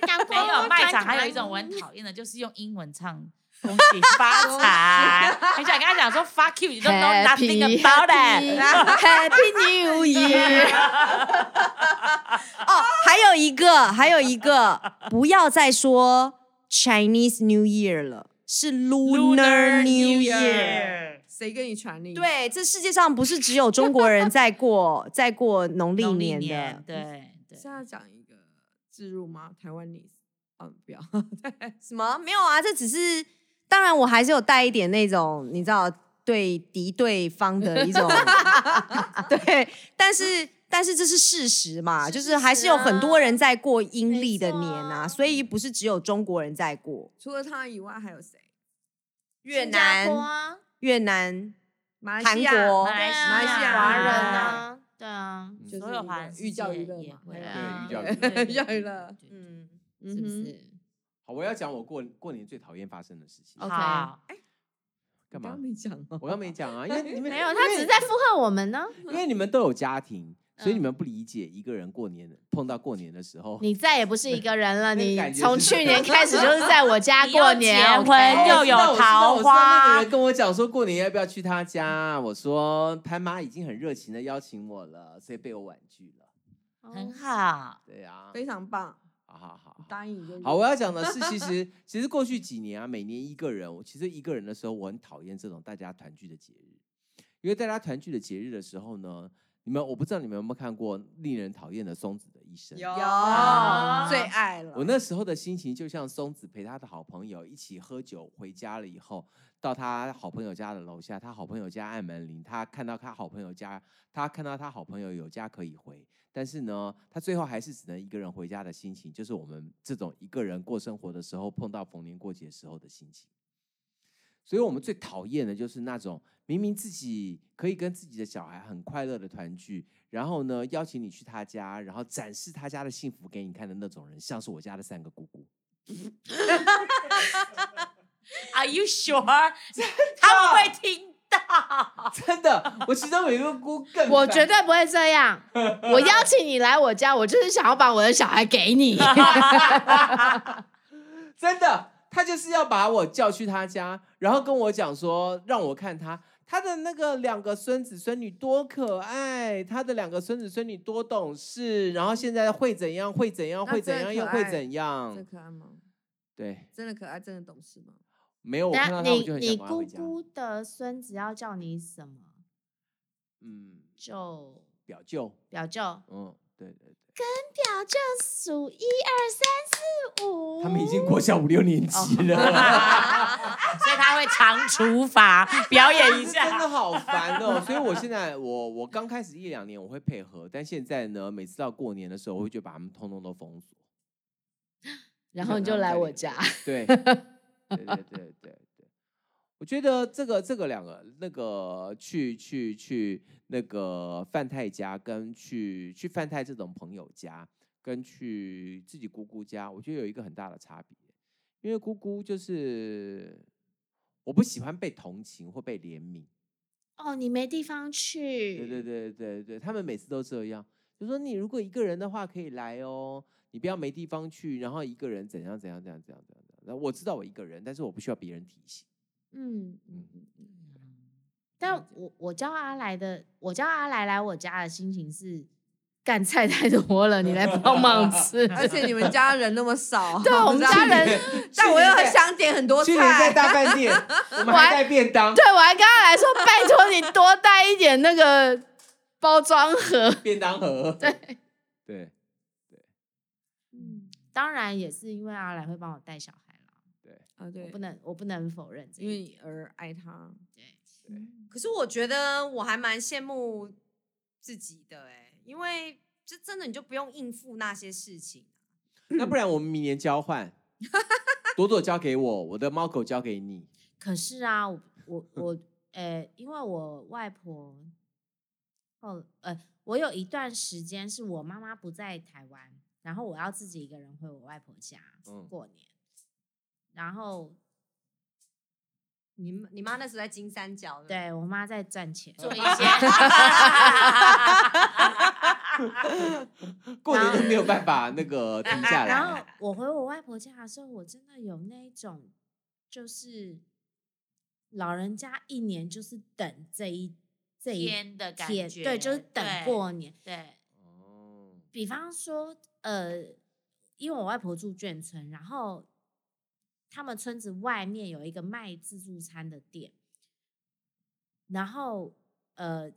E: 看
C: 没有卖场，还有一种我很讨厌的，就是用英文唱。恭喜发财！很想跟他讲说 “fuck you”，你都 know nothing about it。
D: Happy New Year！
A: 哦，还有一个，还有一个，不要再说 Chinese New Year 了，是 Lunar New Year。
B: 谁跟你传力？，
A: 对，这世界上不是只有中国人在过 在过农历
C: 农历
A: 年的，
C: 年，对对，
B: 现在讲一个自入吗？台湾历史。嗯，不要。
A: 什么没有啊？这只是，当然我还是有带一点那种，你知道对敌对方的一种，对，但是但是这是事实嘛，就是还是有很多人在过阴历的年啊，所以不是只有中国人在过。
B: 除了他以外，还有谁？
A: 越
D: 新加
A: 南
D: 坡、啊
A: 越南、
B: 马来
A: 韩
B: 西亚。
A: 国
C: 马来西
B: 马来西亚
C: 亚
D: 华
B: 华
D: 人
B: 人
D: 啊，对啊，
E: 嗯
B: 就是
C: 所有
B: 一
C: 华
B: 个
C: 人
B: 寓教于乐嘛
C: 会
D: 对
C: 啊
D: 啊，
E: 寓
B: 教于乐
C: 对
B: 寓教于乐，
C: 对对对
A: 嗯，
D: 是不是？
E: 好，我要讲我过过年最讨厌发生的事情。
D: OK
C: 好，
E: 干
B: 刚
E: 嘛
B: 刚？没讲 哦。
E: 我刚没讲啊，因为你 们
D: 没有，他只是在附和我们 呢。
E: 因为你们都有家庭，所以你
D: 嗯
E: 们不理解一个人过年碰到过年的时候，
D: 你再也不是一个人了，
E: 那个
D: 你
E: 感觉
D: 从
E: 是
D: 去年开始就是在我家 过年
C: 你又结
D: OK？
C: 婚又有
E: 哦我知道我知道我
C: 桃
E: 知道那
C: 花
E: 个人跟我讲说过年要不要去他家，我说潘妈已经很热情的邀请我了，所以被我婉拒了。
C: 很好。
E: 对啊，
B: 非常棒，
E: 好好好。
B: 答应你就
E: 好，我要讲的是，其实其实过去几年啊，每年一个人，我其实一个人的时候，我很讨厌这种大家团聚的节日，因为大家团聚的节日的时候呢，你们我不知道你们有没有看过令人讨厌的松子的一生。
B: 有
C: 啊
B: 最爱了。
E: 哦我那时候的心情就像松子陪他的好朋友一起喝酒回家了以后，到他好朋友家的楼下，他好朋友家按门铃，他看到他好朋友家，他看到他好朋友有家可以回，但是呢，他最后还是只能一个人回家的心情，就是我们这种一个人过生活的时候碰到逢年过节时候的心情。所以我们最讨厌的就是那种明明自己可以跟自己的小孩很快乐的团聚，然后呢邀请你去他家，然后展示他家的幸福给你看的那种人，像是我家的三个姑姑。
C: Are you sure？他们会听到。
E: 真的，我其中有一个姑更烦，
D: 我绝对不会这样。 我邀请你来我家，我就是想要把我的小孩给 你。
E: 真的，他就是要把我叫去他家，然后跟我讲说，让我看他他的那个两个孙子孙女多可爱，他的两个孙子孙女多懂事，然后现在会怎样，会怎样，
B: 那
E: 会怎
B: 真的
E: 样，
B: 可
E: 又会
B: 爱
E: 怎
B: 这
E: 样，
B: 可爱吗？
E: 对。
B: 真的可爱，真的懂事吗？
E: 没有，我看到
D: 那
E: 他我
D: 你
E: 就很
D: 你
E: 想赶快
D: 姑
E: 回家。
D: 姑的孙子要叫你什么？
E: 嗯，
D: 舅
E: 表舅，
D: 表舅，
E: 嗯，对对对，
D: 表舅数一二三四五。
E: 他们已经国小五六年级
C: 哦
E: 了，
C: 所以他会藏厨房表 演一
E: 真的
C: 下。
E: 好烦 哦。所以我现在，我我刚开始一两年我会配合，但现在呢，每次到过年的时候，我会就把他们通通都封锁。
D: 然后你就来我家。
E: 对，对对对对对。我觉得这个这个两个那个去去去那个范太家跟去去范太这种朋友家跟去自己姑姑家，我觉得有一个很大的差别，因为姑姑就是我不喜欢被同情或被怜悯，
D: 哦，你没地方去。
E: 对对对对对，他们每次都这样，就说你如果一个人的话可以来哦，你不要没地方去，然后一个人怎样怎样怎样怎样怎样。然后我知道我一个人，但是我不需要别人提醒。
D: 嗯嗯嗯嗯。但我我叫阿来的，我叫阿来来我家的心情是，干菜太多了，你来帮忙 吃。
B: 而且你们家人那么少，
D: 对我们
B: 不知道
D: 家人
B: 你，但我又很想点很多
E: 去年在
B: 菜。
E: 大饭店，我们还带便当，
D: 对我还跟他来说，拜托你多带一点那个包装盒。
E: 便当盒。对 对
D: 嗯，当然也是因为阿来会帮我带小孩啦。
E: 对，对
B: 啊，
D: 我
B: 对
D: 不，能，我不能否认这
B: 因为
D: 一
B: 你
D: 点。
B: 而爱他，
D: 对，
E: 对，
A: 可是我觉得我还蛮羡慕自己的哎、因为这真的你就不用应付那些事情。啊
E: 那不然我们明年交换，朵朵交给我，我的猫狗交给你。
D: 可是啊，我我我，呃，因为我外婆，后呃，我有一段时间是我妈妈不在台湾，然后我要自己一个人回我外婆家
E: 嗯
D: 过年，然后
A: 你你妈那时候在金三
C: 嗯
A: 角，，
D: 对我妈在赚钱，做一些
E: 过年就没有办法那个停下
D: 然后
E: 来，
D: 我回我外婆家的时候，我真的有那一种，就是老人家一年就是等这一这一
C: 天的感
D: 天
C: 觉，
D: 对，就是等
C: 对
D: 过年。
C: 对，
E: 哦，
D: 比方说，呃，因为我外婆住眷村，然后他们村子外面有一个卖自助餐的店，然后呃，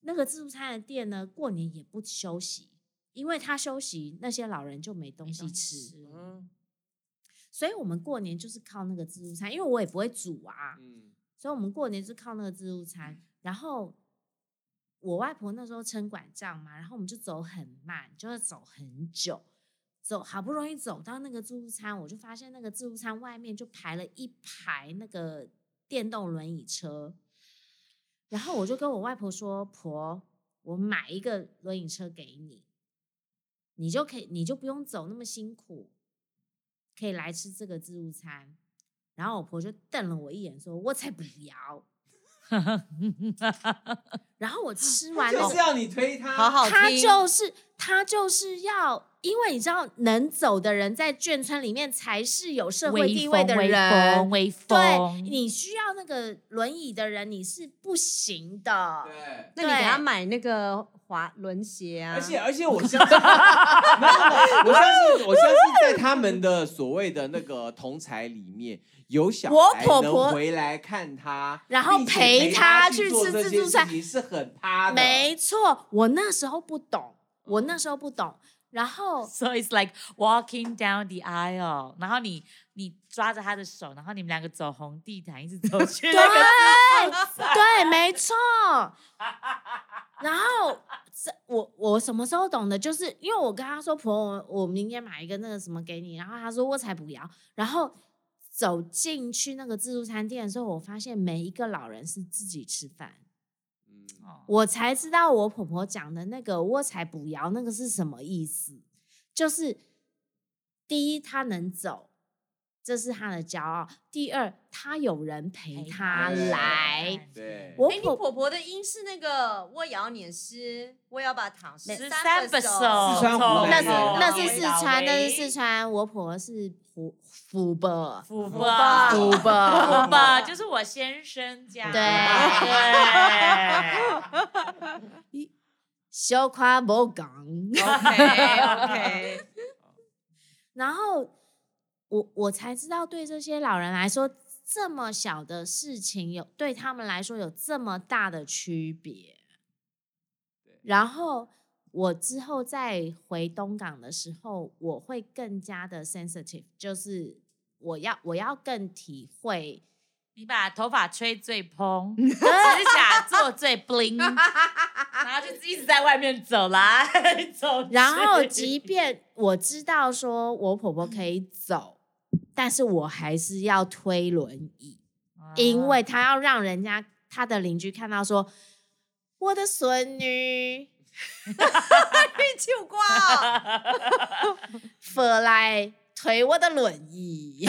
D: 那个自助餐的店呢，过年也不休息，因为他休息，那些老人就没东
C: 没
D: 西
C: 东西
D: 吃。
C: 吃
E: 嗯
D: 所以我们过年就是靠那个自助餐，因为我也不会煮啊，
E: 嗯，
D: 所以我们过年就靠那个自助餐。然后我外婆那时候撑拐杖嘛，然后我们就走很慢，就是走很久，走好不容易走到那个自助餐，我就发现那个自助餐外面就排了一排那个电动轮椅车，然后我就跟我外婆说：“婆，我买一个轮椅车给你，你就可以，你就不用走那么辛苦，可以来吃这个自助餐。”然后我婆就瞪了我一眼，说：“我才不要！”然后我吃完了
E: 就是，要你推它，
A: 好好
D: 他
A: 听，
D: 就是他就是要，因为你知道，能走的人在眷村里面才是有社会
C: 微
D: 地位
C: 风
D: 的
C: 微
D: 人
C: 风，微
D: 对，
C: 风，
D: 你需要那个轮椅的人，你是不行的。
A: 那
E: 对。
A: 你给
D: 对
A: 她买那个滑轮鞋啊，
E: 而且而且，我 相信，没有没有我相信，我相信在他们的所谓的那个同才里面，有小
D: 我
E: 孩
D: 婆
E: 能
D: 婆
E: 回来看他，
D: 然后
E: 并且
D: 陪
E: 陪
D: 他
E: 去
D: 去
E: 做
D: 吃
E: 这
D: 自
E: 些
D: 助
E: 事
D: 餐
E: 情是很他的，
D: 没错，我那时候不懂，
C: 嗯
D: 我那时候不懂。然 后
C: So it's like walking down the aisle，然后你你抓着他的手，然后你们两个走红地毯，一直 走去
D: 对
C: 那个
D: 对，没错。然后这我我什么时候懂的？就是因为我跟他说婆，我我明天买一个那个什么给你，然后他说我才不要。然后走进去那个自助餐店的时候，我发现每一个老人是自己吃饭。
E: 嗯，
C: 哦
D: 我才知道我婆婆讲的那个“我才不要”那个是什么意思。就是第一，她能走，这是她的骄傲；第二，她有人
C: 哎
D: 陪她
E: 对
D: 来。
E: 对
D: 我
A: 哎，你
D: 婆
A: 婆婆的音是那个“我也要念诗，我也要把糖
C: 十
A: 三
C: 三
A: 个
C: 个
A: 手
C: 手，”，
E: 四川湖
D: 那
E: 南
D: 是
E: 人
D: 那是四川，那是四川。我婆婆是湖湖北，
C: 福
A: 吧
C: 吧
D: 湖
C: 福
D: 北。
C: 吧，就是我先生家。
D: 对
C: 对，
D: 小夸无讲。
A: OK OK，
D: 然后我我才知道，对这些老人来说，这么小的事情有对他们来说有这么大的区别
E: 对。
D: 然后我之后再回东港的时候，我会更加的 sensitive，就是我要我要更体会，
C: 你把头发吹最 蓬，指甲做最 bling，然后就一直在外面走来走去。
D: 然后即便我知道说我婆婆可以走，但是我还是要推轮椅。
C: 哦
D: 因为他要让人家他的邻居看到说，我的孙女
A: 被救光哦。
C: 啊
D: 佛来推我的轮椅，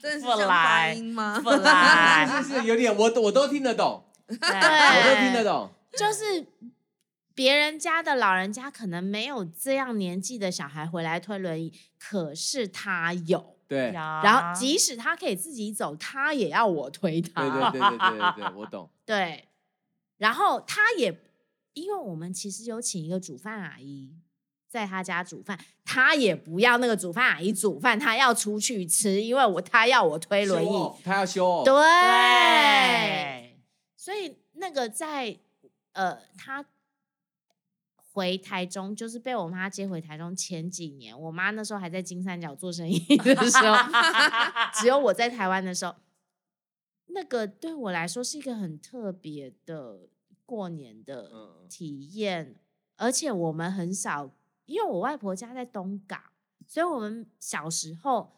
A: 真的是
C: 不
A: 像发
C: 来
A: 音 吗？
C: 不来
E: 啊是是是，有点我我都听得懂，我
C: 对
E: 都听得懂，
D: 就是别人家的老人家可能没有这样年纪的小孩回来推轮椅，可是他有，
E: 对，
C: 啊
D: 然后即使他可以自己走，他也要我推他，
E: 对对对对对对对，我 懂，
D: 对，然后他也，因为我们其实有请一个煮饭阿姨在他家煮饭，他也不要那个煮饭阿姨煮饭，他要出去吃，因为我他要我推轮
E: Show
D: 椅
E: off，，他要修哦，
D: 对，啊
C: 对
D: 所以那个在呃他回台中，就是被我妈接回台中前几年，我妈那时候还在金三角做生意的时候，只有我在台湾的时候，那个对我来说是一个很特别的过年的
E: 嗯
D: 体验，而且我们很少，因为我外婆家在东港，所以我们小时候，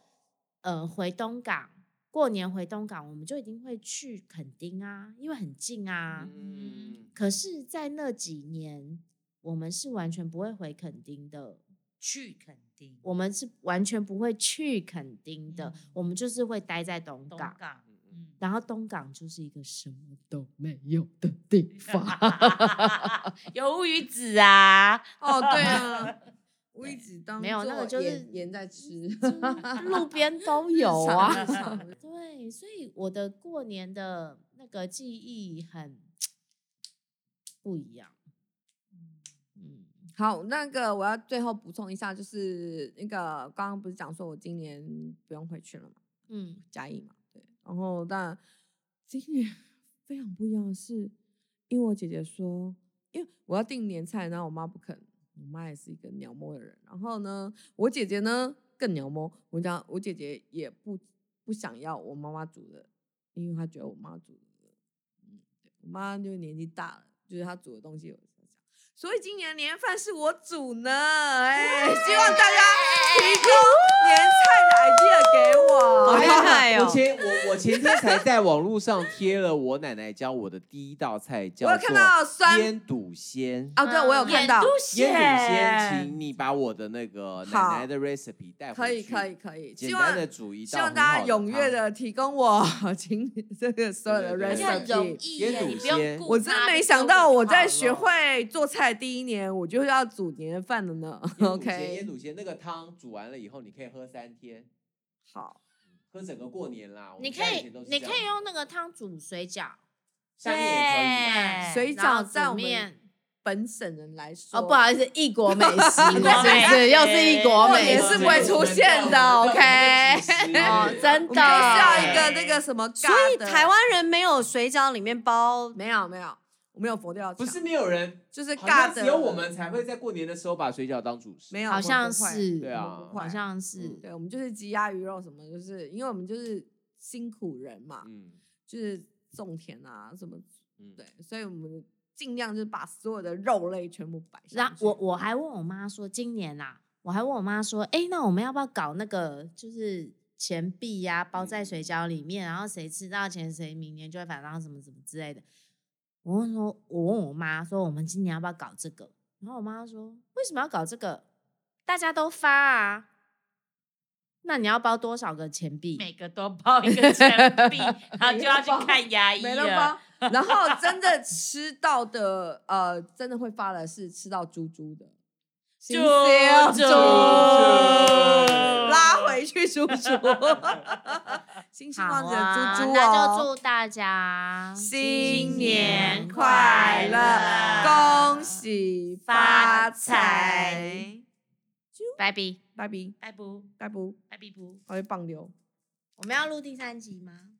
D: 呃，回东港过年回东港，我们就一定会去垦丁啊，因为很近啊。
E: 嗯，
D: 可是，在那几年，我们是完全不会回垦丁的，
C: 去垦丁，
D: 我们是完全不会去垦丁的，
C: 嗯
D: 我们就是会待在东
C: 东
D: 港。
C: 港，嗯，
D: 然后东港就是一个什么都没有的地方，
C: 有乌鱼子啊，
B: 哦，对啊，我一直当
D: 没有那个
B: 做
D: 就是
B: 盐盐在吃，
D: 路边 都有啊。
B: 日常日常
D: 对，所以我的过年的那个记忆很不一样。嗯，
B: 好，那个我要最后补充一下，就是那个刚刚不是讲说我今年不用回去了嘛，
D: 嗯，
B: 嘉义嘛，对。然后但今年 非常不一样的是，因为我姐姐说，因为我要订年菜，然后我妈不肯，我妈也是一个鸟摸的人。然后呢，我姐姐呢更鸟摸，我讲我姐姐也不不想要我妈妈煮的，因为她觉得我妈煮的，嗯，对我妈就年纪大了，就是她煮的东西有。所以今年年饭是我煮呢，哎、希望大家提供年菜的 idea 给我。
A: 好厉害哦
E: 我前我我前天才在网络上贴了我奶奶教我的第一道菜，叫
B: 我有看到
E: 做
B: 酸
E: 腌肚鲜。
B: 哦，对，我有看到，
E: 腌肚鲜，请你把我的那个
B: 好
E: 奶奶的 recipe 带
B: 可
E: 回
B: 以，
E: 去，
B: 可以，可以，
E: 简
B: 希
E: 单
B: 望
E: 的煮一道
B: 希
E: 很好
B: 望
E: 的汤，
B: 大家踊跃的提供我， 请你这个所有的
E: 对对
C: 而且很容
B: recipe。
C: 易
E: 腌
C: 耶，
E: 肚
C: 你不用
E: 鲜
C: 顾
B: 我真
C: 它
B: 没
C: 就
B: 想到，我在
C: 好
B: 学
C: 了
B: 会做菜第一年，我就要煮年饭了呢。
E: 腌肚鲜。腌
B: OK，
E: 肚鲜那个汤煮完了以后，你可以喝三天，
B: 好，
E: 喝整个过年啦。我
D: 你
E: 们
D: 可
E: 家
D: 以
E: 前都是
D: 你
E: 这
D: 可以
E: 样，
D: 用那个汤煮水饺，
E: 三年也可以。
C: 对
B: 水
D: 然后
B: 饺在
D: 煮
B: 我们
D: 面。
B: 本省人来说，
D: 哦，不好意思，异国美 食，
C: 异国美
D: 是不是又是
C: 食
D: 异国
B: 过
D: 美
B: 年
D: 食
B: 是不会出 现的，OK？
D: 哦，真的，
B: 我们就是要一
E: 对
B: 个那个什么尬
A: 所
B: 的，
A: 以台湾人没有水饺里面包
B: 没有没有，我没有佛掉墙，
E: 不是没有人，
B: 就是
E: 好
B: 尬
E: 像
B: 的，
E: 只有我们才会在过年的时候把水饺当主食。
B: 没有，
D: 好
B: 我
D: 像
B: 不会
D: 是，
E: 对啊
B: 不会
D: 好像是，
B: 对，我们就是鸡鸭鱼肉什么，就是因为我们就是辛苦人嘛，
E: 嗯
B: 就是种田啊什么，
E: 嗯，
B: 对，所以我们尽量就是把所有的肉类全部摆
D: 然后
B: 上去。
D: 我我还问我妈说，今年啦、我还问我妈说，哎，那我们要不要搞那个就是钱币呀、包在水饺里面，然后谁吃到钱谁明年就会返到什么什么之类的。我问说，我问我妈说，我们今年要不要搞这个？然后我妈说，为什么要搞这个？大家都发啊，那你要包多少个钱币？
C: 每个都包一个 钱币，然后就要去看牙医
B: 没了
C: 了。
B: 吧？然后真的吃到的，呃，真的会发的是吃到猪猪的，
C: 猪
B: 新鲜
C: 猪
B: 拉回去猪猪，星星望
D: 好
B: 着猪猪哦，
D: 那就祝大家
B: 新
C: 年
B: 年
C: 快
B: 快
C: 乐
B: 乐，恭喜
C: 发
B: 发
C: 财
B: 财！
D: 拜拜。
B: 拜比
C: 拜不
B: 拜不，
C: 拜比不，
B: 还会棒溜。
D: 我们要录第三集吗？